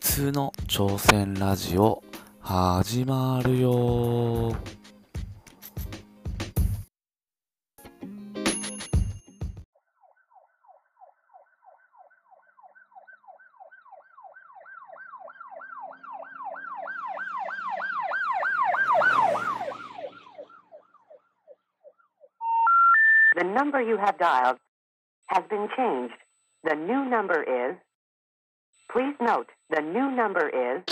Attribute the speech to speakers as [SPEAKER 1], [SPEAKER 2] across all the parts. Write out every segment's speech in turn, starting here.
[SPEAKER 1] 風の朝鮮ラジオ始まるよ
[SPEAKER 2] The number you have dialed has been changed. The new number is. Please note, the new number is.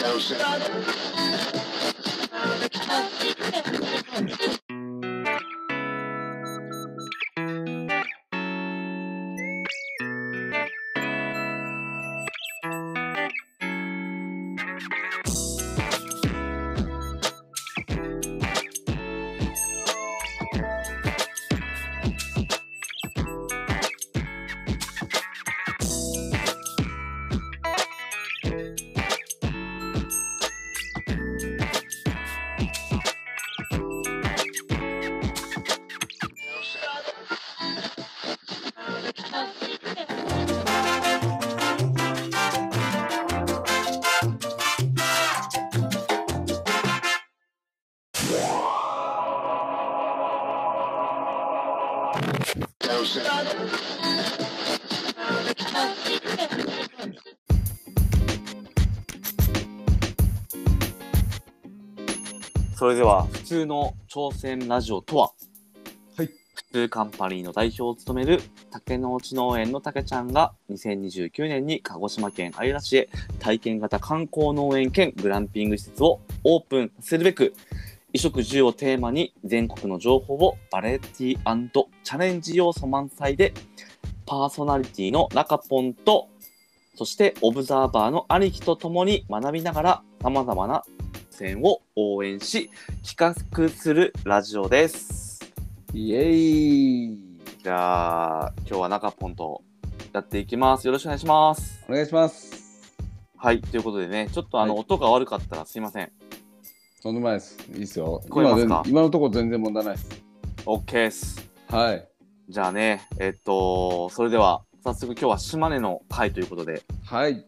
[SPEAKER 1] それでは普通の朝鮮ラジオとは
[SPEAKER 3] はい
[SPEAKER 1] 普通カンパニーの代表を務める竹の内農園の竹ちゃんが2029年に鹿児島県姶良市へ体験型観光農園兼グランピング施設をオープンさせるべく衣食住をテーマに全国の情報をバラエティチャレンジ要素満載でパーソナリティの中ポンとそしてオブザーバーの兄貴と共に学びながら様々な戦を応援し企画するラジオです
[SPEAKER 3] イエーイ
[SPEAKER 1] じゃあ今日は中ポンとやっていきますよろしくお願いします
[SPEAKER 3] お願いします
[SPEAKER 1] はいということでねちょっとあの、
[SPEAKER 3] はい
[SPEAKER 1] 音が悪かったらすいません
[SPEAKER 3] とんでもないですいいですよ
[SPEAKER 1] こえます
[SPEAKER 3] 全
[SPEAKER 1] か
[SPEAKER 3] 今のところ全然問題ないです
[SPEAKER 1] OK です
[SPEAKER 3] はい
[SPEAKER 1] じゃあねえっとそれでは早速今日は島根の回ということで
[SPEAKER 3] はい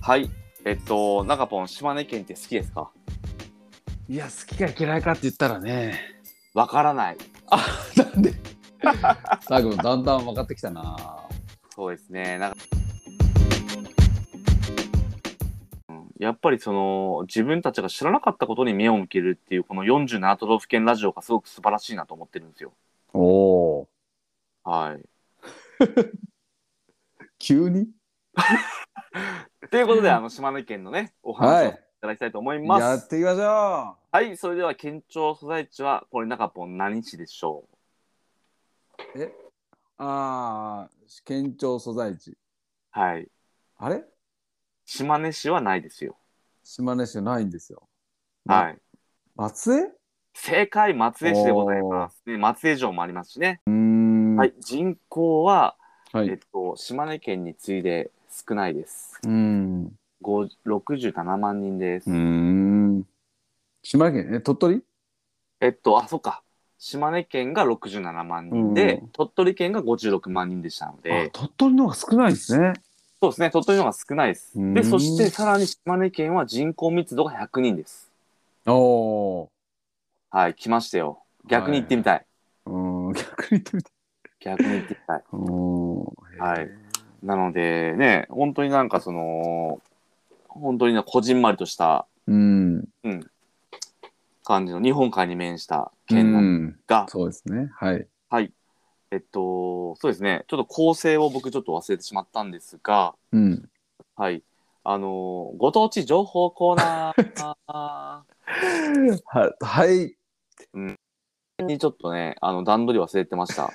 [SPEAKER 1] はいえっと中ポン島根県って好きですか
[SPEAKER 3] いや好きか嫌いかって言ったらね
[SPEAKER 1] わからない
[SPEAKER 3] なんで 最後だんだん分かってきたな
[SPEAKER 1] そうですね。なんかうんやっぱりその自分たちが知らなかったことに目を向けるっていうこの47都道府県ラジオがすごく素晴らしいなと思ってるんですよ。
[SPEAKER 3] おお
[SPEAKER 1] はい。
[SPEAKER 3] 急に
[SPEAKER 1] ということであの島根県のねお
[SPEAKER 3] は
[SPEAKER 1] 話をい
[SPEAKER 3] い
[SPEAKER 1] ただきたいと思いま
[SPEAKER 3] やっ
[SPEAKER 1] す。
[SPEAKER 3] ていきましょ
[SPEAKER 1] はい、それでは県庁所在地はこれ中ポン何市でしょう
[SPEAKER 3] うああ県庁所在地
[SPEAKER 1] はい。
[SPEAKER 3] あれ
[SPEAKER 1] 島根市はないですよ。
[SPEAKER 3] 島根市ないんですよ
[SPEAKER 1] はい。
[SPEAKER 3] 松江
[SPEAKER 1] 正解松江市でございます。で松江城もありますしね。
[SPEAKER 3] うーん
[SPEAKER 1] はい。人口は、
[SPEAKER 3] はい
[SPEAKER 1] えっと島根県に次いで少ないです。
[SPEAKER 3] うーんう
[SPEAKER 1] ご67万人です。
[SPEAKER 3] ーん島根県え鳥取
[SPEAKER 1] えっと、あ、そっか。島根県が67万人で、
[SPEAKER 3] う
[SPEAKER 1] 鳥取県が56万人でしたの
[SPEAKER 3] あ
[SPEAKER 1] で、
[SPEAKER 3] 鳥取の方が少ないですね。
[SPEAKER 1] そうですね、鳥取の方が少ないです。
[SPEAKER 3] うん
[SPEAKER 1] で、そしてさらに島根県は人口密度が100人です。
[SPEAKER 3] おお
[SPEAKER 1] はい、来ましたよ。逆に言ってみたい。
[SPEAKER 3] ー。うん、逆に言ってみて。
[SPEAKER 1] 逆に言ってみたい。
[SPEAKER 3] うーん。は
[SPEAKER 1] はい。なので、ね、本当になんかその、本当にね、こじんまりとした
[SPEAKER 3] うん。
[SPEAKER 1] 感じの日本海に面した
[SPEAKER 3] う
[SPEAKER 1] 県なんで
[SPEAKER 3] ん。
[SPEAKER 1] すが、
[SPEAKER 3] そうですね。はい。
[SPEAKER 1] はい。えっと、そうですね。ちょっと構成を僕ちょっと忘れてしまったんですが、
[SPEAKER 3] うん。
[SPEAKER 1] はい。あのーご当地情報コーナー
[SPEAKER 3] は、はい。
[SPEAKER 1] にちょっとね、あの、段取り忘れてました。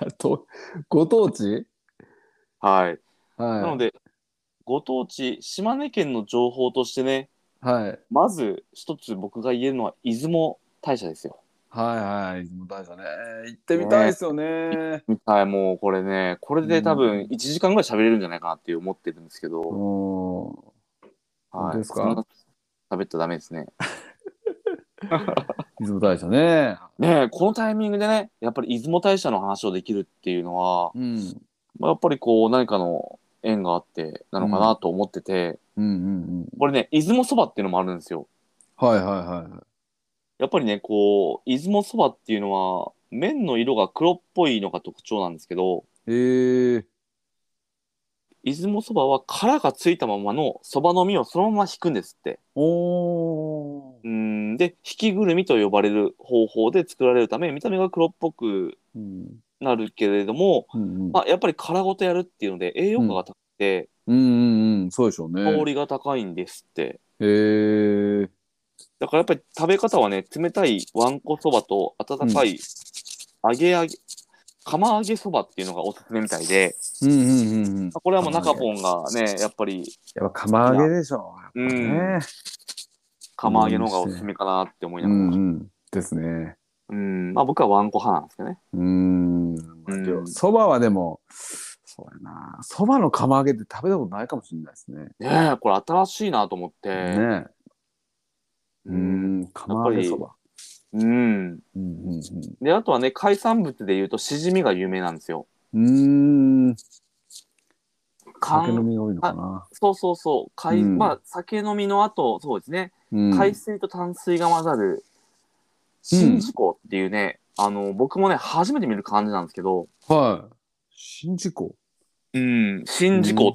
[SPEAKER 3] だと、ご当地
[SPEAKER 1] はい。
[SPEAKER 3] は
[SPEAKER 1] な
[SPEAKER 3] い。
[SPEAKER 1] ので、ご当地、島根県の情報としてね、
[SPEAKER 3] はい。
[SPEAKER 1] まず一つ僕が言えるのは、出雲大社ですよ。
[SPEAKER 3] はいはい。出雲大社ね。行ってみたいですよね。
[SPEAKER 1] はい、もうこれね、これで多
[SPEAKER 3] う
[SPEAKER 1] 分
[SPEAKER 3] ん
[SPEAKER 1] 1時間ぐらい喋れるんじゃないかなって思ってるんですけど、
[SPEAKER 3] おー本
[SPEAKER 1] はい。
[SPEAKER 3] 当ですか
[SPEAKER 1] そんな喋っちゃダメですね。
[SPEAKER 3] 出雲大社ね。
[SPEAKER 1] ねえこのタイミングでね、やっぱり出雲大社の話をできるっていうのは、
[SPEAKER 3] うん。
[SPEAKER 1] まあやっぱりこう何かの縁があってなのかなと思ってて、
[SPEAKER 3] うんうん
[SPEAKER 1] これね出雲そばっていうのもあるんですよ
[SPEAKER 3] うん。はいはいは
[SPEAKER 1] やっぱりねこう出雲そばっていうのは麺の色が黒っぽいのが特徴なんですけど
[SPEAKER 3] い。へえ。
[SPEAKER 1] 出雲そばは殻がついたままのそばの実をそのまま引くんですって
[SPEAKER 3] おー。
[SPEAKER 1] うんで引きぐるみと呼ばれる方法で作られるため見た目が黒っぽく
[SPEAKER 3] うん
[SPEAKER 1] なるけれども、
[SPEAKER 3] うんうん
[SPEAKER 1] まあ、やっぱり殻ごとやるっていうので栄養価が高くて
[SPEAKER 3] うんうんうん。そうでしょう
[SPEAKER 1] 香
[SPEAKER 3] ね。
[SPEAKER 1] りが高いんですって、
[SPEAKER 3] へえ。
[SPEAKER 1] だからやっぱり食べ方はね冷たいわんこそばと温かい揚げ揚げ釜揚げそばっていうのがおすすめみたいで
[SPEAKER 3] うんうんうんうん。
[SPEAKER 1] まあこれはもう中ポンがねやっぱり
[SPEAKER 3] やっぱ釜揚げでしょ。
[SPEAKER 1] うん
[SPEAKER 3] ね
[SPEAKER 1] 釜揚げの方がおすすめかなって思いな
[SPEAKER 3] う
[SPEAKER 1] がら、
[SPEAKER 3] ん
[SPEAKER 1] うん
[SPEAKER 3] うん。ですね。
[SPEAKER 1] まあ、僕はわんこ派なんですけどね
[SPEAKER 3] うーん
[SPEAKER 1] ん。
[SPEAKER 3] そばはでも、そうやな。そばの釜揚げって食べたことないかもしれないですね。
[SPEAKER 1] ねえこれ新しいなと思って、
[SPEAKER 3] ねえ。うーん。釜揚げそば。
[SPEAKER 1] うん
[SPEAKER 3] うんうん
[SPEAKER 1] であとはね海産物でいうとしじみが有名なんですよ。
[SPEAKER 3] うん。うーん。
[SPEAKER 1] か
[SPEAKER 3] 酒飲
[SPEAKER 1] ん
[SPEAKER 3] みが多いのかな。
[SPEAKER 1] そうそうそう海、
[SPEAKER 3] うん
[SPEAKER 1] まあ酒飲みの後そうですね、
[SPEAKER 3] うん
[SPEAKER 1] 海水と淡水が混ざる宍道湖っていうね、あの僕もね初めて見る感じなんですけど、
[SPEAKER 3] はい。宍道湖。
[SPEAKER 1] うん、宍道湖っ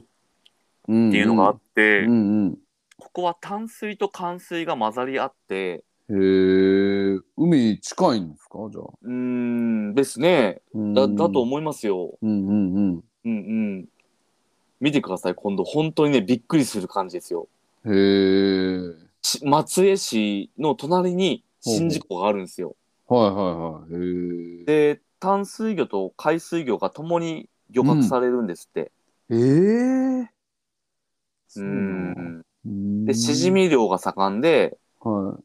[SPEAKER 1] ていうのがあって、
[SPEAKER 3] てうんうん。
[SPEAKER 1] ここは淡水と寒水が混ざり合って
[SPEAKER 3] へえ。海近いんですかじゃあ。
[SPEAKER 1] うんですねだだと思いますよ。
[SPEAKER 3] うんうんうん。
[SPEAKER 1] うんうん見てください今度本当にねびっくりする感じですよ。
[SPEAKER 3] へえ。
[SPEAKER 1] し松江市の隣に宍道湖があるんですよ。
[SPEAKER 3] はいはいはい。へえ。
[SPEAKER 1] で淡水魚と海水魚がともに漁獲されるんですって。
[SPEAKER 3] ええ
[SPEAKER 1] う
[SPEAKER 3] そなんのうん
[SPEAKER 1] でシジ。ミ漁が盛んで
[SPEAKER 3] は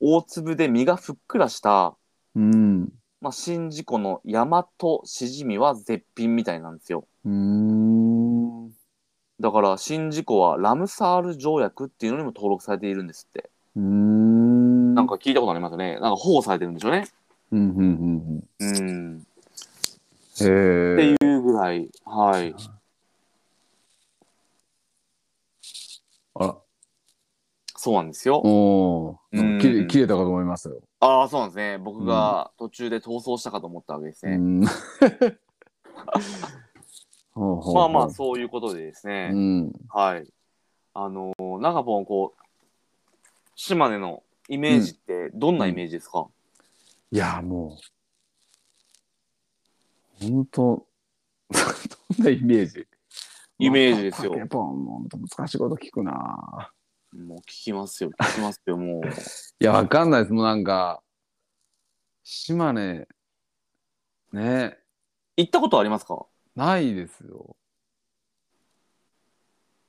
[SPEAKER 1] 大粒で身がふっくらした、
[SPEAKER 3] い。うん。う
[SPEAKER 1] まあ、宍道湖の大和シジミは絶品みたいなんですよ。
[SPEAKER 3] ーん。
[SPEAKER 1] だから宍道湖はラムサール条約っていうのにも登録されているんですって。
[SPEAKER 3] うーん。
[SPEAKER 1] なんか、聞いたことありますよね。なんか保護されてるんでしょうね。
[SPEAKER 3] うんうんうん
[SPEAKER 1] う
[SPEAKER 3] うん。
[SPEAKER 1] ん。
[SPEAKER 3] へえ。
[SPEAKER 1] っていうぐらい。はい。
[SPEAKER 3] あら、
[SPEAKER 1] そうなんですよ。
[SPEAKER 3] おお、なんか切
[SPEAKER 1] う
[SPEAKER 3] れ
[SPEAKER 1] ん
[SPEAKER 3] 切れたかと思いましたよ。
[SPEAKER 1] ああ、そうなんですね。僕が途中で逃走したかと思ったわけです
[SPEAKER 3] う
[SPEAKER 1] ね。
[SPEAKER 3] ん。 ほうほうほう
[SPEAKER 1] まあまあ、そういうことでですね。
[SPEAKER 3] うん。
[SPEAKER 1] はい。あのー、長ポン、こう、島根のイメージってどんなイメージですか、
[SPEAKER 3] いや、もう、本当 どんなイメージ
[SPEAKER 1] イメージですよ
[SPEAKER 3] まあパケポン、もう本当難しいこと聞くな
[SPEAKER 1] もう聞きますよ、聞きますよ、もう。
[SPEAKER 3] いや、わかんないです。もうなんか、島根、ね、
[SPEAKER 1] 行ったことありますか
[SPEAKER 3] ないですよ。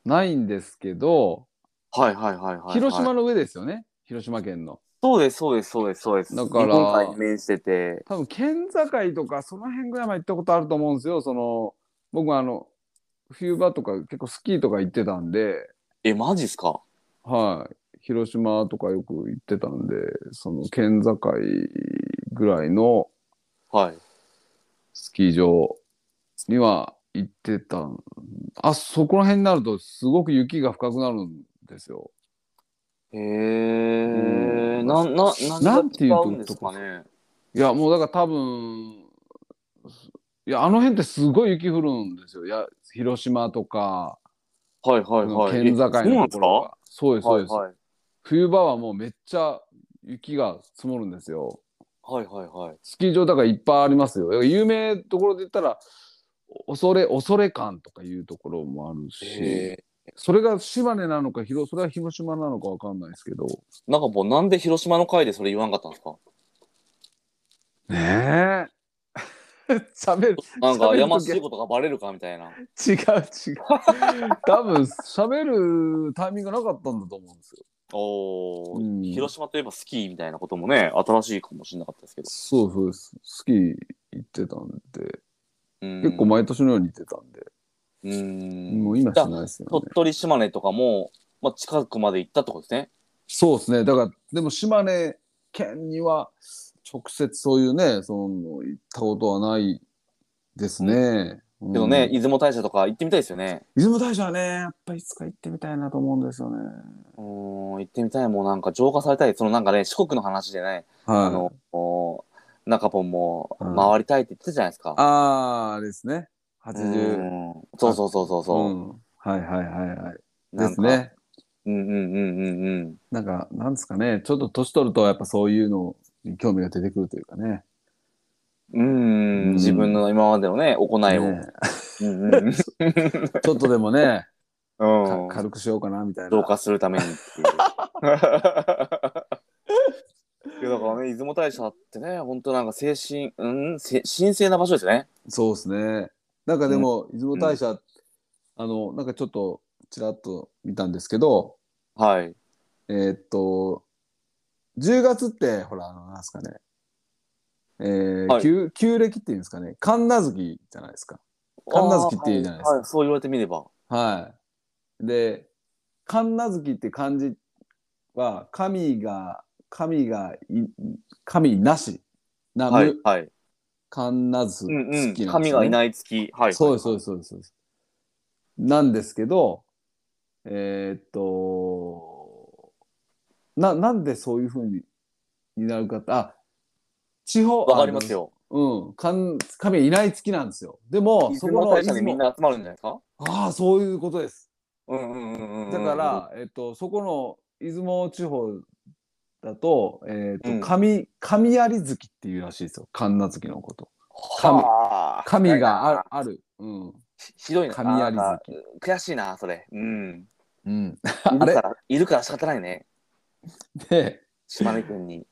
[SPEAKER 3] ないんですけど、
[SPEAKER 1] はいはいはいはい、はい。
[SPEAKER 3] 広島の上ですよね。広島県の。
[SPEAKER 1] そうです、そうです、そうです、そうです。
[SPEAKER 3] だから
[SPEAKER 1] 日本海に面してて。
[SPEAKER 3] 多分県境とかその辺ぐらいまで行ったことあると思うんですよその僕はあの冬場とか結構スキーとか行ってたんで、
[SPEAKER 1] え、マジっすか
[SPEAKER 3] はい、広島とかよく行ってたんでその県境ぐらいの
[SPEAKER 1] はい。
[SPEAKER 3] スキー場には行ってたんあそこら辺になるとすごく雪が深くなるんですよ。
[SPEAKER 1] へえ、
[SPEAKER 3] うん
[SPEAKER 1] な、な、何が
[SPEAKER 3] なんていう
[SPEAKER 1] 違
[SPEAKER 3] と
[SPEAKER 1] うんですかね。
[SPEAKER 3] いやもうだから多分いやあの辺ってすごい雪降るんですよ。いや広島とか
[SPEAKER 1] はいはいはい。
[SPEAKER 3] 県境
[SPEAKER 1] えそうなん
[SPEAKER 3] の
[SPEAKER 1] で
[SPEAKER 3] と
[SPEAKER 1] すか
[SPEAKER 3] ころがそうですそうです、
[SPEAKER 1] はい
[SPEAKER 3] 冬場はもうめっちゃ雪が積もるんですよ
[SPEAKER 1] はい。はいはいはい。
[SPEAKER 3] スキー場だからいっぱいありますよ有名どころで言ったら恐れ恐れ館とかいうところもあるし
[SPEAKER 1] へえ。
[SPEAKER 3] それが島根なのか広それは広島なのかわかんないですけど
[SPEAKER 1] なんかもうなんで広島の会でそれ言わんかったんですか
[SPEAKER 3] ねえ 喋る
[SPEAKER 1] なんか
[SPEAKER 3] 喋る時
[SPEAKER 1] やましいことがバレるかみたいな。
[SPEAKER 3] 違う違う 多分喋るタイミングなかったんだと思うんですよ
[SPEAKER 1] おー
[SPEAKER 3] うん
[SPEAKER 1] 広島といえばスキーみたいなこともね、新しいかもしれなかったですけど。
[SPEAKER 3] そうそうですスキー行ってたんで
[SPEAKER 1] うん
[SPEAKER 3] 結構毎年のように行ってたんで、
[SPEAKER 1] うん。
[SPEAKER 3] もう今しないですよね
[SPEAKER 1] 鳥取、島根とかも、まあ、近くまで行ったってことですね。
[SPEAKER 3] そうですね。だから、でも島根県には直接そういうね、その行ったことはないですね。け
[SPEAKER 1] けどね、出雲大社とか行ってみたいですよね。
[SPEAKER 3] 出雲大社はね、やっぱいつか行ってみたいなと思うんですよね。
[SPEAKER 1] うーん、行ってみたい。もうなんか浄化されたい。そのなんかね、四国の話でね、
[SPEAKER 3] はい。
[SPEAKER 1] あの、お中ポンも
[SPEAKER 3] うん
[SPEAKER 1] 回りたいって言ってたじゃないですか。
[SPEAKER 3] あーあれですね。
[SPEAKER 1] う
[SPEAKER 3] 80。
[SPEAKER 1] んそうそうそうそうそうう。
[SPEAKER 3] ん。はいはいはいはい。
[SPEAKER 1] な
[SPEAKER 3] で
[SPEAKER 1] ん
[SPEAKER 3] す
[SPEAKER 1] か。
[SPEAKER 3] ね。
[SPEAKER 1] うんうんうんうんうん。
[SPEAKER 3] なんか、なんですかね。ちょっと年取ると、やっぱそういうのに興味が出てくるというかね。
[SPEAKER 1] うーん、自分の今までのね、行いを。
[SPEAKER 3] ね
[SPEAKER 1] うんうんうん
[SPEAKER 3] ちょっとでもね、
[SPEAKER 1] う
[SPEAKER 3] か
[SPEAKER 1] ん。
[SPEAKER 3] 軽くしよ うかなみたいな。
[SPEAKER 1] どうかするために っていう。いやだからね、出雲大社ってね、本当なんか精神、うん、せ神聖な場所ですよね。
[SPEAKER 3] そうですね。なんかでも、出雲大社、あの、なんかちょっと、ちらっと見たんですけど、
[SPEAKER 1] はい。
[SPEAKER 3] えーっと、10月って、ほら、あの、なんですかね。えー
[SPEAKER 1] はい
[SPEAKER 3] 旧旧暦っていうんですかね。神奈月じゃないですか。神奈月っていうじゃないですか
[SPEAKER 1] あーははそう言われてみれば。
[SPEAKER 3] はい。で、神無月って漢字は、神が、神がい、神なし、なむ、
[SPEAKER 1] はい。はい。
[SPEAKER 3] 神無月
[SPEAKER 1] う
[SPEAKER 3] なん
[SPEAKER 1] ん
[SPEAKER 3] で
[SPEAKER 1] う
[SPEAKER 3] すよ
[SPEAKER 1] ん。
[SPEAKER 3] ね。
[SPEAKER 1] 神がい
[SPEAKER 3] い。
[SPEAKER 1] ない月。はい。
[SPEAKER 3] そうです、そうです、そうですそうです。なんですけど、えーっと、な、なんでそういうふうにになるかって、あ、地方、
[SPEAKER 1] わかりますよ。
[SPEAKER 3] あの。うん、神、神いない月なんですよ。でも、
[SPEAKER 1] 出
[SPEAKER 3] そこ
[SPEAKER 1] 雲
[SPEAKER 3] の
[SPEAKER 1] 大社でみんな集まるんじゃないですか
[SPEAKER 3] ああ、そういうことです。
[SPEAKER 1] うんうんうんうん。
[SPEAKER 3] だから、えっと、そこの出雲地方だと、えっと、
[SPEAKER 1] うん
[SPEAKER 3] 神、神有月っていうらしいですよ。神奈月のこと。神
[SPEAKER 1] はあ、
[SPEAKER 3] 神があ
[SPEAKER 1] る
[SPEAKER 3] る、ある。うん。
[SPEAKER 1] ひどいな。
[SPEAKER 3] 神有
[SPEAKER 1] なんか
[SPEAKER 3] 月。
[SPEAKER 1] 悔しいな、それ。うん。
[SPEAKER 3] う
[SPEAKER 1] い
[SPEAKER 3] ん。あ
[SPEAKER 1] る
[SPEAKER 3] れ
[SPEAKER 1] から、いるから仕方ないね。
[SPEAKER 3] で、
[SPEAKER 1] 島根県に。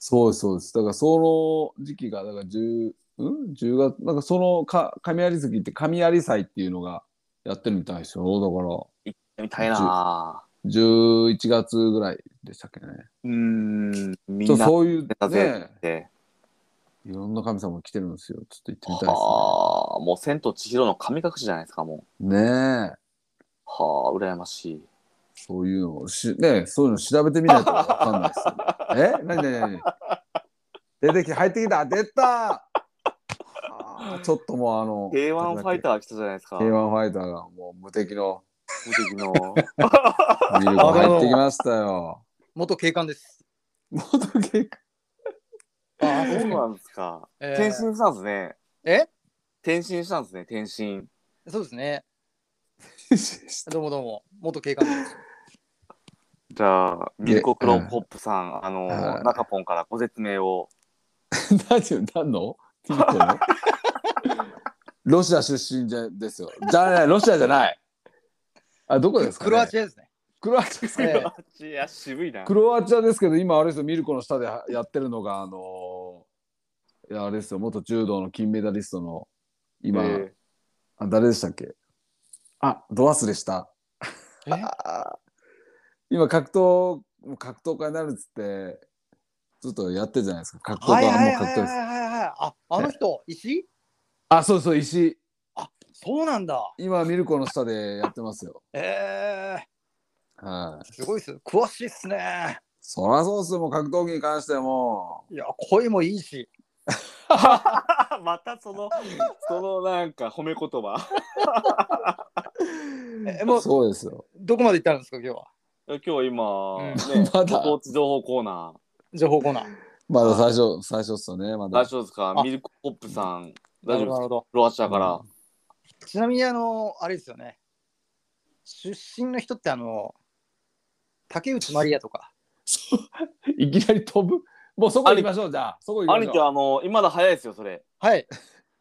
[SPEAKER 3] そうです、そうです。だから、その時期が、だから、10、うん ?10 月、なんか、そのか、神有月って神有祭っていうのがやってるみたいですよ。だ
[SPEAKER 1] みたいな。
[SPEAKER 3] から、11月ぐらいでしたっけね。
[SPEAKER 1] うーん。み
[SPEAKER 3] そ
[SPEAKER 1] ん
[SPEAKER 3] う
[SPEAKER 1] なっ
[SPEAKER 3] そういう、
[SPEAKER 1] たぜ
[SPEAKER 3] ね
[SPEAKER 1] っ、て。
[SPEAKER 3] いろんな神様が来てるんですよ。ちょっと行ってみたいですね。
[SPEAKER 1] はあ、もう千と千尋の神隠しじゃないですか、もう。
[SPEAKER 3] ねえ、
[SPEAKER 1] はあ、羨ましい。
[SPEAKER 3] そういうのをし、ねえ、そういうの調べてみないとわかんない ですよ。え、なになになに。出てきて、入ってきた、出た。はあちょっともう、あの。
[SPEAKER 1] K1 ファイ
[SPEAKER 3] ー。
[SPEAKER 1] ター来たじゃないですか。
[SPEAKER 3] K1 ファイターが、もう無敵の
[SPEAKER 1] 無敵 の。
[SPEAKER 3] ミルクが入ってきましたよ。
[SPEAKER 4] 元警官です。
[SPEAKER 3] 元警官。
[SPEAKER 1] ああ、そうなんですか。
[SPEAKER 4] えー
[SPEAKER 1] 転身したんですね。
[SPEAKER 4] え
[SPEAKER 1] 転身したんですね、転身。
[SPEAKER 4] そうですね。どうもどうも。元警官です。
[SPEAKER 1] じゃあ、ミルコクロンポップさん、あ
[SPEAKER 3] は
[SPEAKER 1] の、
[SPEAKER 3] い
[SPEAKER 1] 中ポンからご説明を。
[SPEAKER 3] 何よ、何の。ピーコの。ロシア出身じゃ、ですよ。じゃない、ロシアじゃない。あ、どこですか、ね。
[SPEAKER 4] クロアチアですね。
[SPEAKER 3] クロアチアですか
[SPEAKER 4] ええ
[SPEAKER 1] いや、渋いな。
[SPEAKER 3] クロアチアですけど今あれですよミルコの下でやってるのがあのーいやあれですよ元柔道の金メダリストの今、
[SPEAKER 1] え
[SPEAKER 3] あ誰でしたっけあド忘れした
[SPEAKER 4] え
[SPEAKER 3] 今格闘もう格闘家になるっつってずっとやってるじゃないですか格闘
[SPEAKER 4] はい
[SPEAKER 3] 家
[SPEAKER 4] はい
[SPEAKER 3] も
[SPEAKER 4] はいは
[SPEAKER 3] 格
[SPEAKER 4] い
[SPEAKER 3] 闘家です
[SPEAKER 4] はいはい。あ、あの人、石
[SPEAKER 3] あそうそう石
[SPEAKER 4] そうなんだ。
[SPEAKER 3] 今ミルコの下でやってますよ
[SPEAKER 4] ええ
[SPEAKER 3] はい
[SPEAKER 4] すごいっす。詳しいっすね。
[SPEAKER 3] そらそうっすよもう格闘技に関してはも
[SPEAKER 4] いや、声もいいし。
[SPEAKER 1] ー またその、そのなんか褒め言葉。
[SPEAKER 4] え
[SPEAKER 3] う
[SPEAKER 4] もう、
[SPEAKER 3] そうですよ
[SPEAKER 4] どこまで行ったんですか、今日は。
[SPEAKER 1] 今日今、
[SPEAKER 4] うん
[SPEAKER 1] ね、
[SPEAKER 3] ま
[SPEAKER 1] ス
[SPEAKER 3] だ
[SPEAKER 1] ポーツ情報コーナ
[SPEAKER 4] 情報コーナー。
[SPEAKER 3] まだ最初最初っすよねま
[SPEAKER 1] ー。大
[SPEAKER 3] だ
[SPEAKER 1] 丈夫ですか
[SPEAKER 4] あ
[SPEAKER 1] ミルコポップさん、
[SPEAKER 4] な
[SPEAKER 1] 大丈夫で
[SPEAKER 4] るほど、なる
[SPEAKER 1] す
[SPEAKER 4] ほど。
[SPEAKER 1] クロアチアから。
[SPEAKER 4] ちなみに、あの、あれですよね。出身の人って、あの、竹内まりやとか。
[SPEAKER 3] いきなり飛ぶもうそこ行きましょうじゃあそこ行きま
[SPEAKER 1] 兄
[SPEAKER 3] しょう
[SPEAKER 1] 貴はあの、今だ早いですよ、それ。
[SPEAKER 4] はい。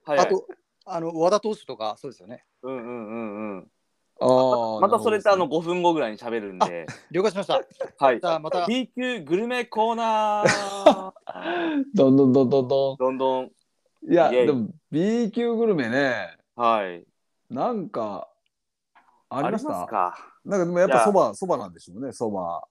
[SPEAKER 1] 早い。
[SPEAKER 4] あと、あの、和田投手とか、そうですよね。
[SPEAKER 1] うんうんうんうん。
[SPEAKER 3] ああ
[SPEAKER 1] またそれとあの、5分後ぐらいに喋るんで。
[SPEAKER 4] 了解しました。
[SPEAKER 1] はい
[SPEAKER 4] じ。ゃあ、また。
[SPEAKER 1] B 級グルメコーナ ー
[SPEAKER 3] どんどんどんどんど
[SPEAKER 1] どんどん。
[SPEAKER 3] ん。いや、
[SPEAKER 1] イエイ
[SPEAKER 3] でも B 級グルメね、
[SPEAKER 1] はい。
[SPEAKER 3] なんかありました
[SPEAKER 1] か
[SPEAKER 3] なんかでもやっ
[SPEAKER 1] いや
[SPEAKER 3] ぱそば、そばなんでしょうね、そば。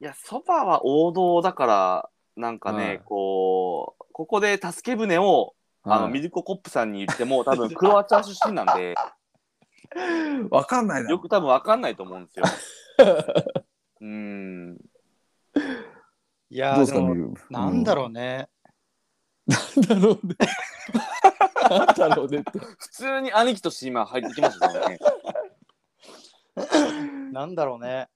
[SPEAKER 1] いや、そばは王道だから、なんかね、
[SPEAKER 3] はい
[SPEAKER 1] こう、ここで助け舟を、あの、
[SPEAKER 3] はい
[SPEAKER 1] ミルココップさんに言っても、多分クロアチア出身なん で、
[SPEAKER 3] わかんないな
[SPEAKER 1] よ。く多分わかんないと思うん ですよ。うーん。
[SPEAKER 4] いや
[SPEAKER 3] どうで
[SPEAKER 4] ー
[SPEAKER 3] す
[SPEAKER 4] で
[SPEAKER 3] か、
[SPEAKER 4] も
[SPEAKER 3] ミル
[SPEAKER 4] なんだろうね、
[SPEAKER 3] なんだろうね。なんだろうねって。
[SPEAKER 1] 普通に兄貴として今入ってきましたね。
[SPEAKER 4] なんだろうね。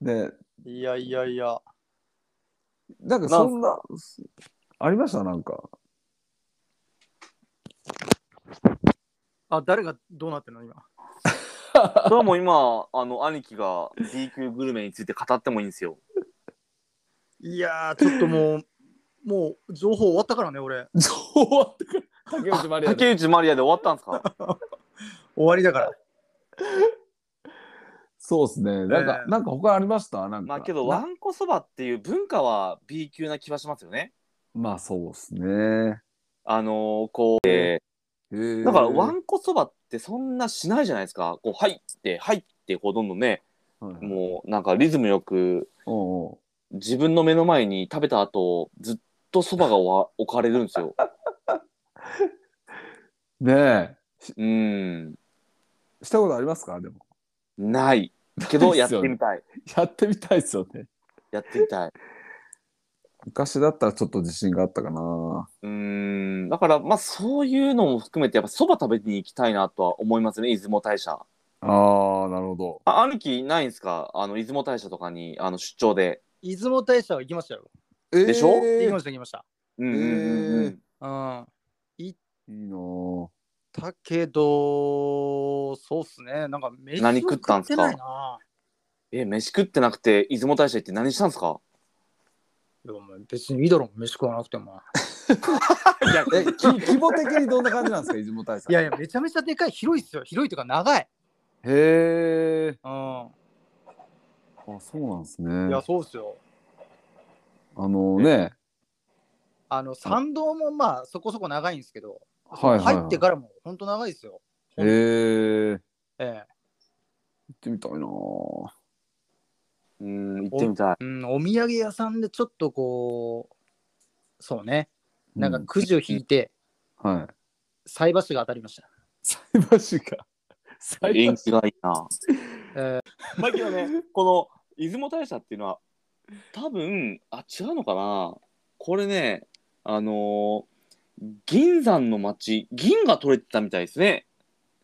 [SPEAKER 3] ね、
[SPEAKER 4] いやいやいや。
[SPEAKER 3] なんかそんな、ありましたなんか。
[SPEAKER 4] あ、誰がどうなってるの今。
[SPEAKER 1] それはもう今、あの、兄貴が B 級グルメについて語ってもいいんですよ。
[SPEAKER 4] いやー、ちょっともう、もう情報終わったからね、俺。
[SPEAKER 3] そう終わってから竹内まりやの。
[SPEAKER 1] 竹内まりやで終わったんです か
[SPEAKER 4] 終わりだから。
[SPEAKER 3] そうですね。なんか、
[SPEAKER 4] ええ
[SPEAKER 3] なんか他ありましたなんか。
[SPEAKER 1] まあけど、
[SPEAKER 3] な
[SPEAKER 1] わんこそばっていう文化は B 級な気はしますよね。
[SPEAKER 3] まあそうですね。
[SPEAKER 1] あのーこう、えーだ
[SPEAKER 3] だ
[SPEAKER 1] から、わんこそばってそんなしないじゃないですか。こう、はいって、はいって、こう、どんどんね、
[SPEAKER 3] も
[SPEAKER 1] もう、なんかリズムよく、
[SPEAKER 3] おうおう
[SPEAKER 1] 自分の目の前に食べた後、ずっとそばがわ 置かれるんですよ。
[SPEAKER 3] ね
[SPEAKER 1] うん。
[SPEAKER 3] え、したことありますかでも。
[SPEAKER 1] ない。けど、
[SPEAKER 3] ない
[SPEAKER 1] や
[SPEAKER 3] っ
[SPEAKER 1] っ
[SPEAKER 3] す
[SPEAKER 1] て
[SPEAKER 3] よね
[SPEAKER 1] み たい。
[SPEAKER 3] やってみたいですよね。
[SPEAKER 1] やってみたい。
[SPEAKER 3] 昔だったらちょっと自信があったかな。
[SPEAKER 1] うん。だから、まあ、そういうのも含めて、やっぱそば食べに行きたいなとは思いますね、出雲大社。
[SPEAKER 3] ああ、なるほど。
[SPEAKER 1] あ、兄貴ないんすかあの、出雲大社とかに、あの、出張で。
[SPEAKER 4] 出雲大社は行きましたよ。
[SPEAKER 1] でしょ
[SPEAKER 3] えー
[SPEAKER 4] 行きました、行きました。
[SPEAKER 1] うんうんうんう
[SPEAKER 3] へー
[SPEAKER 1] ん。
[SPEAKER 4] うん。
[SPEAKER 3] いいなぁ
[SPEAKER 4] だけど、そうっすね。なんか飯
[SPEAKER 1] 何食ったんすか
[SPEAKER 4] を食ってないな
[SPEAKER 1] え、飯食ってなくて、出雲大社行って何したんですか
[SPEAKER 4] いやお前別にいいだろ、飯食わなくても。
[SPEAKER 1] いや
[SPEAKER 3] え、き 規模的にどんな感じなんですか、出雲大社。
[SPEAKER 4] いやいや、めちゃめちゃでかい、広いっすよ。広いというか長い。
[SPEAKER 3] へえ。
[SPEAKER 4] うん。
[SPEAKER 3] あ、そうなんです
[SPEAKER 4] いや、
[SPEAKER 3] ね。
[SPEAKER 4] そうっすよ。
[SPEAKER 3] あのね、
[SPEAKER 4] あの、参道もまあそこそこ長いんですけど、
[SPEAKER 3] はいはいはい。
[SPEAKER 4] 入ってからも本当長いですよ。
[SPEAKER 3] へえ。行っ
[SPEAKER 4] え
[SPEAKER 3] てみたいなぁ
[SPEAKER 1] うん、行ってみたい。
[SPEAKER 4] え。うん、お土産屋さんでちょっとこう、そうね。なんか
[SPEAKER 3] う
[SPEAKER 4] くじを引いて、
[SPEAKER 3] はい。
[SPEAKER 4] 菜箸が当たりました。
[SPEAKER 3] 菜 箸か。菜
[SPEAKER 1] 縁
[SPEAKER 3] 箸。
[SPEAKER 1] 起がいいな。
[SPEAKER 4] え
[SPEAKER 1] まあけどね、この出雲大社っていうのは、多分、あ、違うのかな。これね、あのー銀山の町、銀が取れてたみたいですね。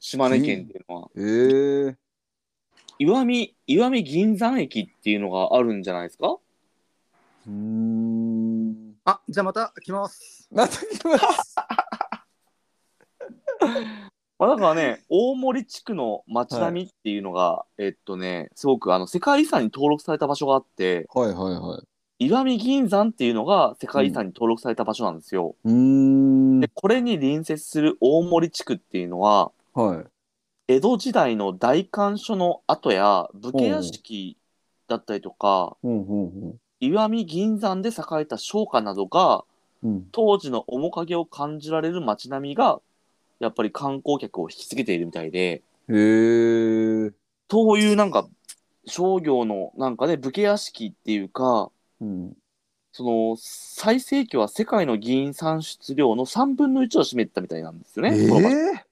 [SPEAKER 1] 島根県っていうのは。
[SPEAKER 3] へえ。
[SPEAKER 1] 石見、石見銀山駅っていうのがあるんじゃないですか
[SPEAKER 3] うーん。
[SPEAKER 4] あ、じゃあまた来ます。
[SPEAKER 3] また来ます。
[SPEAKER 1] まあ、だからね、 大森地区の町並みっていうのが、えっとね、すごくあの世界遺産に登録された場所があって、
[SPEAKER 3] はいはいはい。
[SPEAKER 1] 石見銀山っていうのが世界遺産に登録された場所なんですよ。
[SPEAKER 3] うーん。
[SPEAKER 1] で、これに隣接する大森地区っていうのは、
[SPEAKER 3] はい。
[SPEAKER 1] 江戸時代の大官所の跡や武家屋敷だったりとか、
[SPEAKER 3] うんうんうん。
[SPEAKER 1] 石見銀山で栄えた商家などが、
[SPEAKER 3] うん、
[SPEAKER 1] 当時の面影を感じられる街並みが、やっぱり観光客を引きつけているみたいで、
[SPEAKER 3] へえ。
[SPEAKER 1] そういうなんか商業のなんかね武家屋敷っていうか
[SPEAKER 3] うん。
[SPEAKER 1] その最盛期は世界の議員産出量の3分の1を占めてたみたいなんですよ
[SPEAKER 3] え
[SPEAKER 1] ね。
[SPEAKER 3] え
[SPEAKER 1] この場所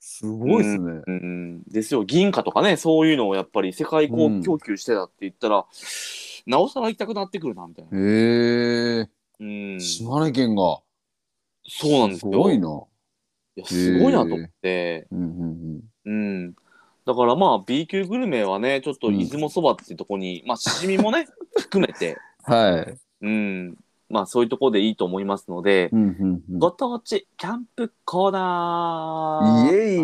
[SPEAKER 3] すごいですね。
[SPEAKER 1] うん、ですよ銀貨とかねそういうのをやっぱり世界こ
[SPEAKER 3] うん
[SPEAKER 1] う供給してたって言ったら、なおさら行きたくなってくるなみたいな。
[SPEAKER 3] へ
[SPEAKER 1] うん、
[SPEAKER 3] え。
[SPEAKER 1] そ
[SPEAKER 3] 島根県が。
[SPEAKER 1] うなんです
[SPEAKER 3] す
[SPEAKER 1] よ。
[SPEAKER 3] ごい
[SPEAKER 1] な
[SPEAKER 3] な。
[SPEAKER 1] やすごいなと思って、
[SPEAKER 3] うんうん
[SPEAKER 1] うん、だからまあ B 級グルメはねちょっと出雲そばってとこに、まあしじみもね 含めて。
[SPEAKER 3] うん。はい。
[SPEAKER 1] うん。まあ、そういうところでいいと思いますので、
[SPEAKER 3] うんうんうん。
[SPEAKER 1] ご当地キャンプコーナ
[SPEAKER 3] イ
[SPEAKER 1] ー
[SPEAKER 3] エイ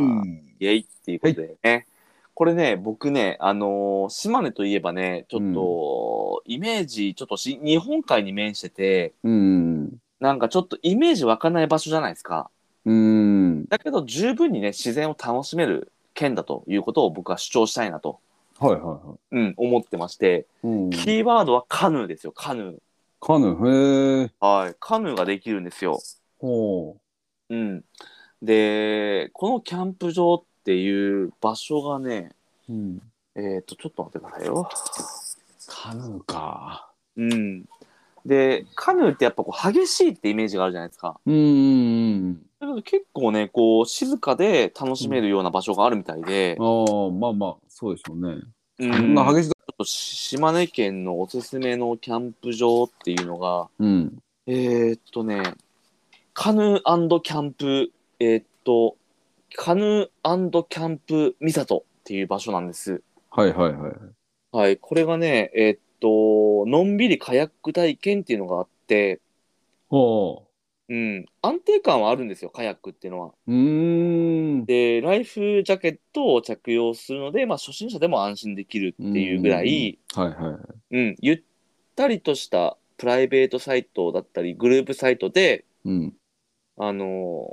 [SPEAKER 1] イエイっていうことでね。これね、僕ね、あのー島根といえばね、ちょっと、イメージ、ちょっとし、日本海に面してて、
[SPEAKER 3] うん
[SPEAKER 1] なんかちょっとイメージ湧かない場所じゃないですか。
[SPEAKER 3] うん。うん。
[SPEAKER 1] だけど、十分にね、自然を楽しめる県だということを僕は主張したいなと、
[SPEAKER 3] はいはいは
[SPEAKER 1] うん、思ってまして、
[SPEAKER 3] い。うん、
[SPEAKER 1] キーワードはカヌーですよ、カヌー。
[SPEAKER 3] カヌー、へえ。
[SPEAKER 1] はい、カヌーができるんですよ。
[SPEAKER 3] ほう。
[SPEAKER 1] うん。で、このキャンプ場っていう場所がね、
[SPEAKER 3] うん、
[SPEAKER 1] えっ、と、ちょっと待ってくださいよ。
[SPEAKER 3] カヌーか。
[SPEAKER 1] うん。で、カヌーってやっぱこう激しいってイメージがあるじゃないですか。
[SPEAKER 3] うんうん
[SPEAKER 1] だけど結構ね、こう静かで楽しめるような場所があるみたいで
[SPEAKER 3] うん。、ああ、まあまあ、そうでしょうね。
[SPEAKER 1] うん、
[SPEAKER 3] そんな
[SPEAKER 1] ちょ
[SPEAKER 3] 激しいと。
[SPEAKER 1] っと島根県のおすすめのキャンプ場っていうのが、
[SPEAKER 3] うん。
[SPEAKER 1] えー、っとね、カヌーキャンプ、えーっと、カヌーキャンプミサトっていう場所なんです。
[SPEAKER 3] はいはいはい。
[SPEAKER 1] はい、これがね、えーっと、のんびりカヤック体験っていうのがあって、
[SPEAKER 3] ほ
[SPEAKER 1] うん、安定感はあるんですよ、カヤックっていうのは。
[SPEAKER 3] う。うーん。
[SPEAKER 1] で、ライフジャケットを着用するので、まあ、初心者でも安心できるっていうぐらい、
[SPEAKER 3] はいはい。
[SPEAKER 1] うん、ゆったりとしたプライベートサイトだったり、グループサイトで、
[SPEAKER 3] うん。
[SPEAKER 1] あの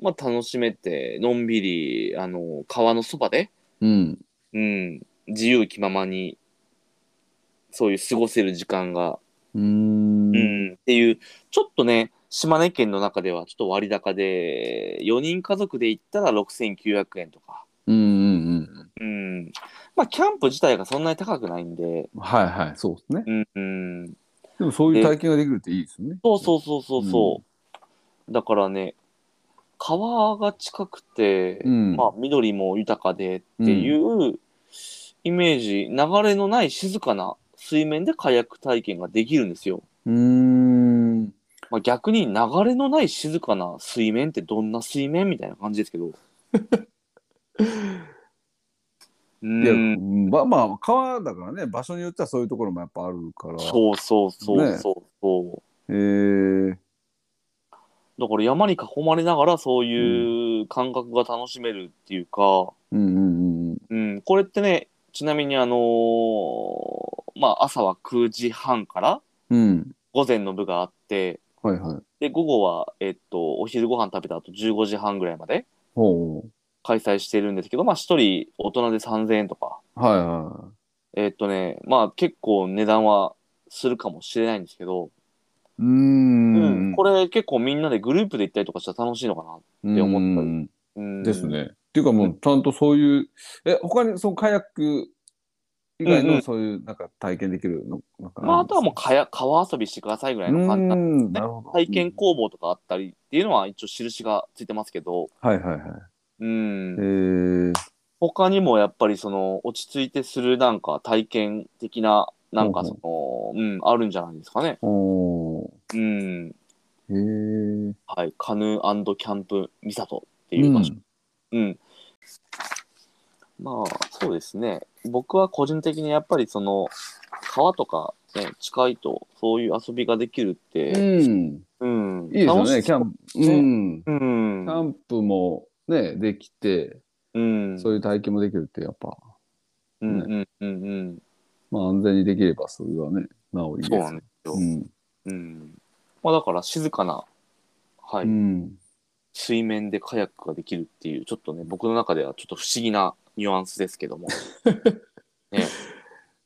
[SPEAKER 1] ーまあ、楽しめて、のんびり、あのー川のそばで、
[SPEAKER 3] うん。
[SPEAKER 1] うん、自由気ままに、そういう過ごせる時間が、
[SPEAKER 3] うーん
[SPEAKER 1] うん、っていう、ちょっとね、島根県の中ではちょっと割高で、4人家族で行ったら6900円とか、
[SPEAKER 3] うんうん
[SPEAKER 1] うん、まあ、キャンプ自体がそんなに高くないんで、
[SPEAKER 3] うん。はいはい。そうですね。
[SPEAKER 1] うん、うん、
[SPEAKER 3] でもそういう体験ができるっていいですよね。
[SPEAKER 1] そうそうそうそうそう、だからね、川が近くて、
[SPEAKER 3] うん。
[SPEAKER 1] まあ、緑も豊かでっていうイメージ、流れのない静かな水面でカヤック体験ができるんですよ。
[SPEAKER 3] うーん。
[SPEAKER 1] まあ、逆に流れのない静かな水面ってどんな水面みたいな感じですけ ど。う
[SPEAKER 3] いや、
[SPEAKER 1] ん、
[SPEAKER 3] まあまあ、川だからね、場所によってはそういうところもやっぱあるから。う。
[SPEAKER 1] そうそうそうそうそう。
[SPEAKER 3] えー、
[SPEAKER 1] だから山に囲まれながらそういう感覚が楽しめるっていうか、
[SPEAKER 3] うんうんうん。
[SPEAKER 1] うん、これってね、ちなみにあのーまあ朝は9時半から
[SPEAKER 3] うん。
[SPEAKER 1] 午前の部があって、
[SPEAKER 3] はいはい。
[SPEAKER 1] で、午後は、えっと、お昼ご飯食べた後15時半ぐらいまで
[SPEAKER 3] ほ
[SPEAKER 1] 開催してるんですけど、まあ、一人大人で3000円とか、
[SPEAKER 3] う。はいは
[SPEAKER 1] えっとね、まあ、結構値段はするかもしれないんですけど、
[SPEAKER 3] い。うーん。
[SPEAKER 1] これ結構みんなでグループで行ったりとかしたら楽しいのかな。
[SPEAKER 3] れ
[SPEAKER 1] って思ったり
[SPEAKER 3] ん
[SPEAKER 1] うん、
[SPEAKER 3] です。ね。っていうかもう、ちゃんとそういう、え、他にそのカヤック以外
[SPEAKER 1] うんう
[SPEAKER 3] の
[SPEAKER 1] ん
[SPEAKER 3] そういう、なんか体験できるのなんか
[SPEAKER 1] まあ、あとはもうかや川遊びしてくださいぐらいの
[SPEAKER 3] う
[SPEAKER 1] 簡単
[SPEAKER 3] ーん、なるほど。
[SPEAKER 1] 体験工房とかあったりっていうのは一応印がついてますけど、
[SPEAKER 3] はいはいはい。
[SPEAKER 1] うん
[SPEAKER 3] え、ー、
[SPEAKER 1] 他にもやっぱりその落ち着いてするなんか体験的ななんかその、うん、あるんじゃないですかね。
[SPEAKER 3] おー。
[SPEAKER 1] うん。
[SPEAKER 3] えー、
[SPEAKER 1] はい。カヌーキャンプミサトっていう場所。うん。まあ、そうですね。僕は個人的にやっぱりその、川とか、ね、近いと、そういう遊びができるっ
[SPEAKER 3] う
[SPEAKER 1] て、
[SPEAKER 3] ん。
[SPEAKER 1] うん。
[SPEAKER 3] いいですよ
[SPEAKER 1] 楽しそ
[SPEAKER 3] ね、
[SPEAKER 1] う
[SPEAKER 3] キャンプ。うん。
[SPEAKER 1] う
[SPEAKER 3] キ
[SPEAKER 1] ん。
[SPEAKER 3] ャンプもね、できて、
[SPEAKER 1] うん。
[SPEAKER 3] そういう体験もできるって、やっぱ、
[SPEAKER 1] うんうんうんうん。
[SPEAKER 3] まあ安全にできれば、それはね、なおいいです
[SPEAKER 1] そう
[SPEAKER 3] よ
[SPEAKER 1] なんですよ。
[SPEAKER 3] うん。
[SPEAKER 1] うん。まあだから静かな、はい、
[SPEAKER 3] うん。
[SPEAKER 1] 水面でカヤックができるっていう、ちょっとね、僕の中ではちょっと不思議なニュアンスですけ ども。ね、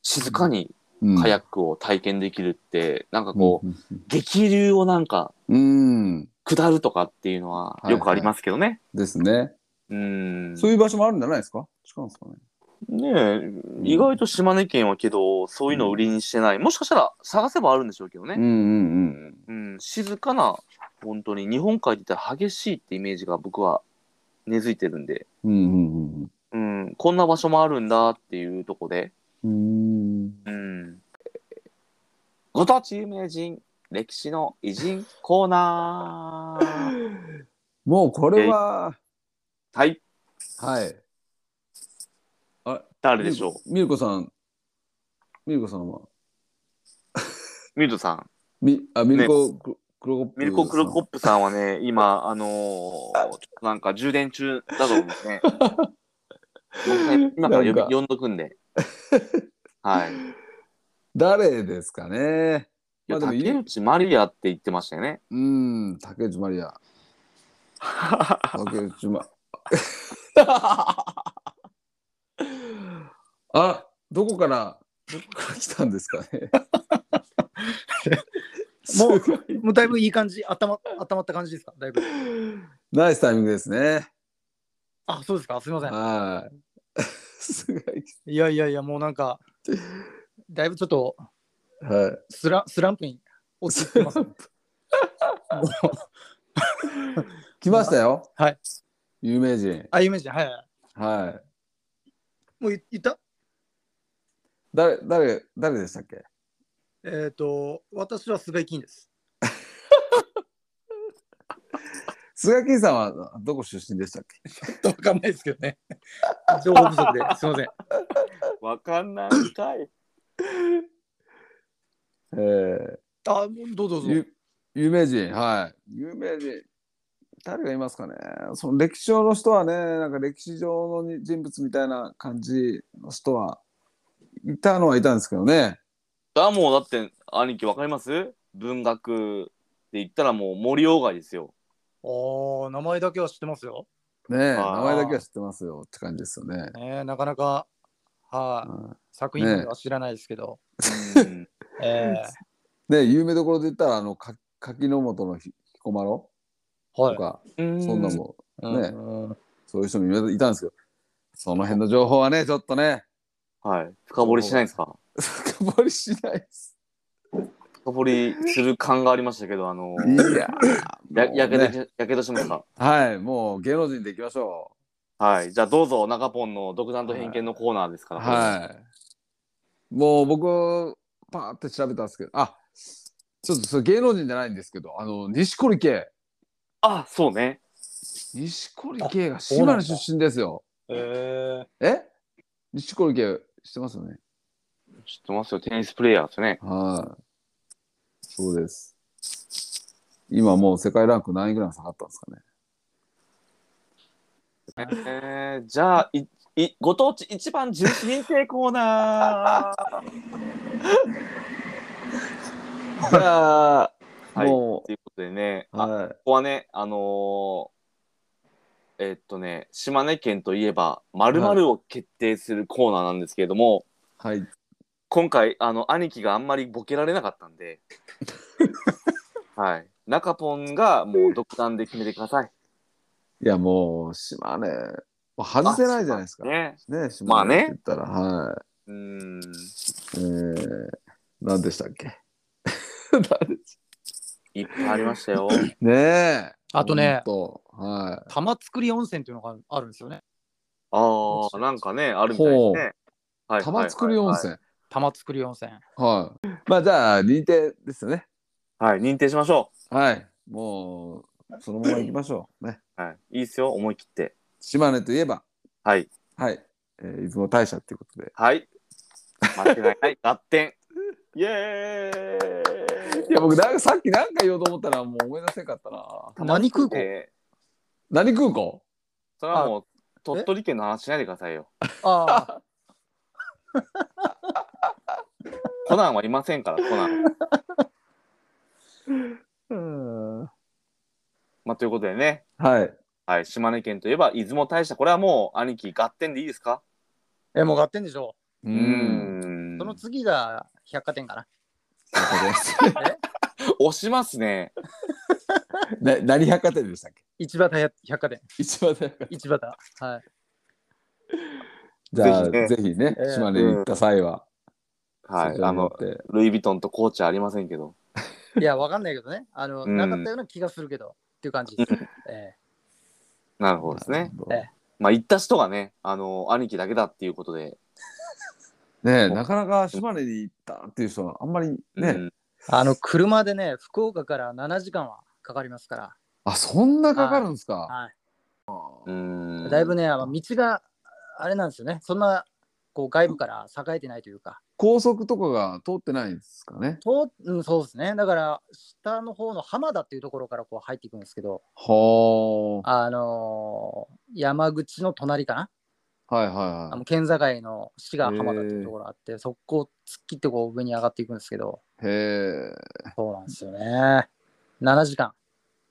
[SPEAKER 1] 静かに
[SPEAKER 3] うん
[SPEAKER 1] カヤックを体験できるって、なんかこう、
[SPEAKER 3] うん
[SPEAKER 1] 激流をなんか
[SPEAKER 3] うん。
[SPEAKER 1] 下るとかっていうのはい
[SPEAKER 3] はい
[SPEAKER 1] よくありますけどね。
[SPEAKER 3] ですね。
[SPEAKER 1] うん。
[SPEAKER 3] そういう場所もあるんじゃないですか違うんですかね。
[SPEAKER 1] ねえ、意外と島根県はけど、そういうのを売りにしてない。もしかしたら探せばあるんでしょうけど
[SPEAKER 3] うん
[SPEAKER 1] ね。
[SPEAKER 3] うんうん。
[SPEAKER 1] うん、静かな、本当に日本海で言ったら激しいってイメージが僕は根付いてるんで、
[SPEAKER 3] うんうん
[SPEAKER 1] うん、こんな場所もあるんだっていうとこで、
[SPEAKER 3] うん。う
[SPEAKER 1] うん。ご当地有名人、歴史の偉人コーナ
[SPEAKER 3] ー
[SPEAKER 1] ー。
[SPEAKER 3] ん。もうこれは、
[SPEAKER 1] はい、
[SPEAKER 3] はい。
[SPEAKER 1] 誰でしょ
[SPEAKER 3] み。みゆこさん、みゆこさんは、
[SPEAKER 1] う。ミルトさん。
[SPEAKER 3] み、あ、みゆこクロクロコップ。
[SPEAKER 1] ミルコ・クロコップさんはね、今、あのー、ちょっとなんか充電中だと思うん ですね。僕ね今から呼び
[SPEAKER 3] なんか
[SPEAKER 1] 呼んどくんで。はい。
[SPEAKER 3] 誰ですかね。
[SPEAKER 1] い
[SPEAKER 3] ま
[SPEAKER 1] や
[SPEAKER 3] あでもいい
[SPEAKER 1] 竹内まりやって言ってましたよね。
[SPEAKER 3] うん、竹内まりや。竹内 ま。あ、どこから、どこから来たんですかね。
[SPEAKER 4] もう
[SPEAKER 3] すごい
[SPEAKER 4] もうだいぶいい感じ、頭、頭った感じですかだいぶ。
[SPEAKER 3] ナイスタイミングですね。
[SPEAKER 4] あ、そうですかすみません。
[SPEAKER 3] はい。すごい。
[SPEAKER 4] いやいやいや、もうなんか、だいぶちょっと
[SPEAKER 3] はい。
[SPEAKER 4] スラスランプに落ちて ます、ね。もう
[SPEAKER 3] 来ましたよ。
[SPEAKER 4] はい。
[SPEAKER 3] 有名人。
[SPEAKER 4] あ、有名人、はいはい。
[SPEAKER 3] はい。
[SPEAKER 4] もう言言った
[SPEAKER 3] 誰、誰、誰でしたっけ。
[SPEAKER 4] えっ、と、私はスベキンです。
[SPEAKER 3] 菅木さんはどこ出身でしたっけ
[SPEAKER 4] わかんないですけど ね。情報不足で、すいません。
[SPEAKER 1] わかんないんかい。
[SPEAKER 3] えー
[SPEAKER 4] あ、どうぞどうぞ。
[SPEAKER 3] ゆ有名人はい有名人誰がいますかねその歴史上の人はねなんか歴史上の人物みたいな感じの人はいたのはいたんですけどね
[SPEAKER 1] あ、もうだって、兄貴わかります文学で言ったらもう森鴎外ですよ。
[SPEAKER 4] ああ、名前だけは知ってますよ。
[SPEAKER 3] ねえ
[SPEAKER 1] あー
[SPEAKER 3] 名前だけは知ってますよって感じですよね。
[SPEAKER 4] ねえ、なかなか、はい、
[SPEAKER 3] うん
[SPEAKER 4] 作品名は知らないですけど。
[SPEAKER 1] うん
[SPEAKER 4] え
[SPEAKER 3] ね有名どころで言ったらあのか柿の本のひ彦摩呂
[SPEAKER 4] えは
[SPEAKER 3] と
[SPEAKER 4] い。
[SPEAKER 3] か、
[SPEAKER 1] うん
[SPEAKER 3] そんなもん、ね
[SPEAKER 4] うん
[SPEAKER 3] そういう人もいたんですけどその辺の情報はねちょっとね
[SPEAKER 1] はい。深掘りしないんですか
[SPEAKER 3] 深掘りしないです。
[SPEAKER 1] 深掘りする感がありましたけど、あの、
[SPEAKER 3] いや
[SPEAKER 1] や
[SPEAKER 3] もう
[SPEAKER 1] やけど
[SPEAKER 3] ね
[SPEAKER 1] し、やけどしますか
[SPEAKER 3] はいもう芸能人でいきましょう。
[SPEAKER 1] はい。じゃあどうぞ、中ポンの独断と偏見のコーナーですから。
[SPEAKER 3] はい。もう僕、パーって調べたんですけど、あちょっとそれ芸能人じゃないんですけど、あの、錦織圭。
[SPEAKER 1] あ、そうね。
[SPEAKER 3] 錦織圭が島根出身ですよ。
[SPEAKER 4] え
[SPEAKER 3] え錦織圭知ってますよね。
[SPEAKER 1] 知ってますよ。テニスプレイヤーですね。
[SPEAKER 3] はい。そうです。今もう世界ランク何位ぐらいに下がったんですかね。
[SPEAKER 1] えー、じゃあ、い、い、ご当地一番重視認定コーナ ー。じゃあ、はい。
[SPEAKER 3] も
[SPEAKER 1] ということでね、
[SPEAKER 3] う、
[SPEAKER 1] あ、こ
[SPEAKER 3] はい。
[SPEAKER 1] こはね、あのーえっとね、島根県といえば、まるを決定するコーナーなんですけれども、
[SPEAKER 3] はい。
[SPEAKER 1] 今回、あの、兄貴があんまりボケられなかったん で、はい。中ポンがもう独断で決めてください。
[SPEAKER 3] いや、もう、島根、もう外せないじゃないですか。ね、
[SPEAKER 1] ね。ま
[SPEAKER 3] 島
[SPEAKER 1] あ
[SPEAKER 3] 根
[SPEAKER 1] ね
[SPEAKER 3] って言ったら、はい。
[SPEAKER 1] うーん。
[SPEAKER 3] えー、何でしたっけ
[SPEAKER 1] いっぱいありましたよ。
[SPEAKER 3] ねえ。
[SPEAKER 4] あとね
[SPEAKER 3] ほんとは。
[SPEAKER 4] 玉造温泉っていうのがあるんですよね。
[SPEAKER 1] ああ、なんかね、あるみたいですね。はい
[SPEAKER 3] 玉造温。泉。
[SPEAKER 4] 玉造温泉。
[SPEAKER 3] はい。まあじゃあ、認定ですよね。
[SPEAKER 1] はいはいはい、はい認定しましょ
[SPEAKER 3] はい。もう、そのまま行きましょう。ね。
[SPEAKER 1] う。はい。いいですよ、思い切って。
[SPEAKER 3] 島根といえば、
[SPEAKER 1] はい。
[SPEAKER 3] はい。えー、出雲大社ということで。
[SPEAKER 1] はい。間違いない。 はい、合点。イエーイ
[SPEAKER 3] いや、僕、なんかさっき何か言おうと思ったら、もう思い出せんかったな。
[SPEAKER 4] 何空港
[SPEAKER 1] え
[SPEAKER 3] 何空港
[SPEAKER 1] ーそれはもう、鳥取県の話しないでくださいよ。
[SPEAKER 4] ああ、
[SPEAKER 1] コナンはいませんから、コナン。
[SPEAKER 3] うん。は
[SPEAKER 1] まあ、ということでね、
[SPEAKER 3] い。
[SPEAKER 1] はい、島根県といえば出雲大社、これはもう兄貴、合点でいいですか
[SPEAKER 4] え、もう買ってんでしょ
[SPEAKER 3] う
[SPEAKER 1] う。
[SPEAKER 4] う。その
[SPEAKER 1] ん。
[SPEAKER 4] 次が百貨店かな。
[SPEAKER 1] 押しますね。
[SPEAKER 3] な 何百貨店でしたっけ
[SPEAKER 4] 市場百貨店。
[SPEAKER 3] 一番百貨店
[SPEAKER 4] 市場だ。はい。
[SPEAKER 3] じゃあ、
[SPEAKER 1] ぜひね
[SPEAKER 3] ぜひね
[SPEAKER 4] えー、
[SPEAKER 3] 島根に行った際は、
[SPEAKER 1] は
[SPEAKER 3] そ
[SPEAKER 1] い、
[SPEAKER 3] ちら
[SPEAKER 1] あ
[SPEAKER 3] に行
[SPEAKER 1] の
[SPEAKER 3] っ、て
[SPEAKER 1] ルイ・ヴィトンとコーチはありませんけど。
[SPEAKER 4] いや、わかんないけどね。あの、
[SPEAKER 1] うん
[SPEAKER 4] なかったような気がするけど、っていう 感じです。え
[SPEAKER 1] なるほどですね。。
[SPEAKER 4] ええ
[SPEAKER 1] まあ、行った人がね、あの、兄貴だけだっていうことで。
[SPEAKER 3] ねえ、なかなか島根に行ったっていう人はあんまりね、
[SPEAKER 1] うん
[SPEAKER 4] あの、車でね、福岡から7時間はかかりますから、
[SPEAKER 3] あそんなかかるんですか。
[SPEAKER 4] は
[SPEAKER 1] うん。
[SPEAKER 4] い。だいぶね、あの道があれなんですよね。そんな、こう、外部から栄えてないというか、
[SPEAKER 3] 高速とかが通ってないんですかね。
[SPEAKER 4] とうん、そうですね。だから、下の方の浜田っていうところからこう入っていくんですけど、
[SPEAKER 3] は
[SPEAKER 4] あのー山口の隣かな、
[SPEAKER 3] あ。はいはい
[SPEAKER 4] あ
[SPEAKER 3] は
[SPEAKER 4] の県境の滋賀浜田っていうところあって、そこを突っ切ってこう上に上がっていくんですけど、
[SPEAKER 3] い。へえ。
[SPEAKER 4] そうなんですよね。7時間。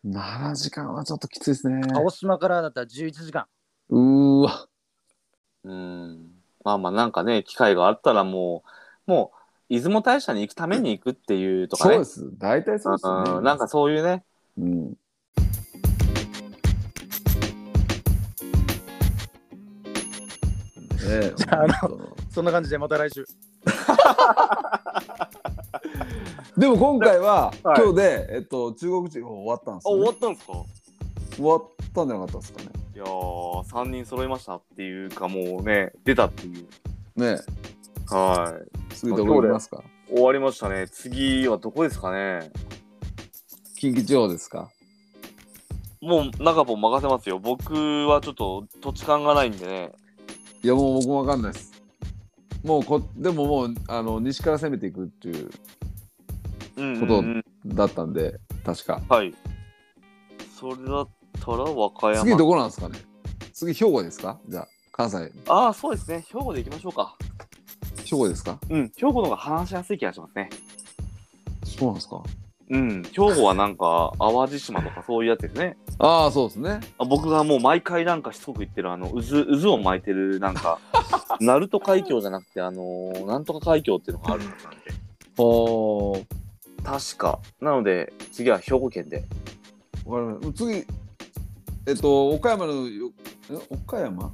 [SPEAKER 3] 7時間はちょっときついですね。
[SPEAKER 4] 鹿児島からだったら11時間。
[SPEAKER 3] うーわ。
[SPEAKER 1] うん。まあまあ、なんかね、機会があったらもう、もう、出雲大社に行くために行くっていうとか
[SPEAKER 3] そう
[SPEAKER 1] ね
[SPEAKER 3] で。す。大体そうです
[SPEAKER 1] う
[SPEAKER 3] ね。
[SPEAKER 1] んなんか、そういうね、
[SPEAKER 3] うん。ねえ、
[SPEAKER 4] じゃああの
[SPEAKER 3] 本当
[SPEAKER 4] そんな感じでまた来週。
[SPEAKER 3] でも今回 は、
[SPEAKER 1] はい
[SPEAKER 3] 今日で、えっと、中国地方終わったんです
[SPEAKER 1] あ、
[SPEAKER 3] よ
[SPEAKER 1] 終わった
[SPEAKER 3] ね、
[SPEAKER 1] んですか
[SPEAKER 3] 終わったんじゃなかったですかね。
[SPEAKER 1] いやー、3人揃いましたっていうか、もうね、出たっていう。
[SPEAKER 3] ね
[SPEAKER 1] はい。
[SPEAKER 3] え、次どこ行きますか
[SPEAKER 1] 終わりましたね。次はどこですかね。
[SPEAKER 3] 近畿地方ですか
[SPEAKER 1] もう中ポン任せますよ。僕はちょっと土地勘がないんでね。
[SPEAKER 3] いやもう僕もわかんないです。もうこでももうあの西から攻めていくっていう
[SPEAKER 1] うん、
[SPEAKER 3] こ
[SPEAKER 1] う
[SPEAKER 3] と
[SPEAKER 1] ん
[SPEAKER 3] だったんで確か。
[SPEAKER 1] うん。はい。それだったら和歌山。
[SPEAKER 3] 次どこなんですかね。次兵庫ですか。じゃあ関西
[SPEAKER 1] ああ、そうですね。兵庫で行きましょうか。
[SPEAKER 3] 兵庫ですか。
[SPEAKER 1] うん。兵庫の方が話しやすい気がしますね。
[SPEAKER 3] そうなんですか。
[SPEAKER 1] うん。兵庫はなんか、淡路島とかそういうやつですね。
[SPEAKER 3] ああそうですね。
[SPEAKER 1] あ僕がもう毎回なんかしつこく言ってる、あの、渦、渦を巻いてる、なん か、鳴門海峡じゃなくて、あのーなんとか海峡っていうのがあるんですよね。
[SPEAKER 3] おお。
[SPEAKER 1] 確か。なので、次は兵庫県で。
[SPEAKER 3] わかりました。次えっと岡山のよえ岡山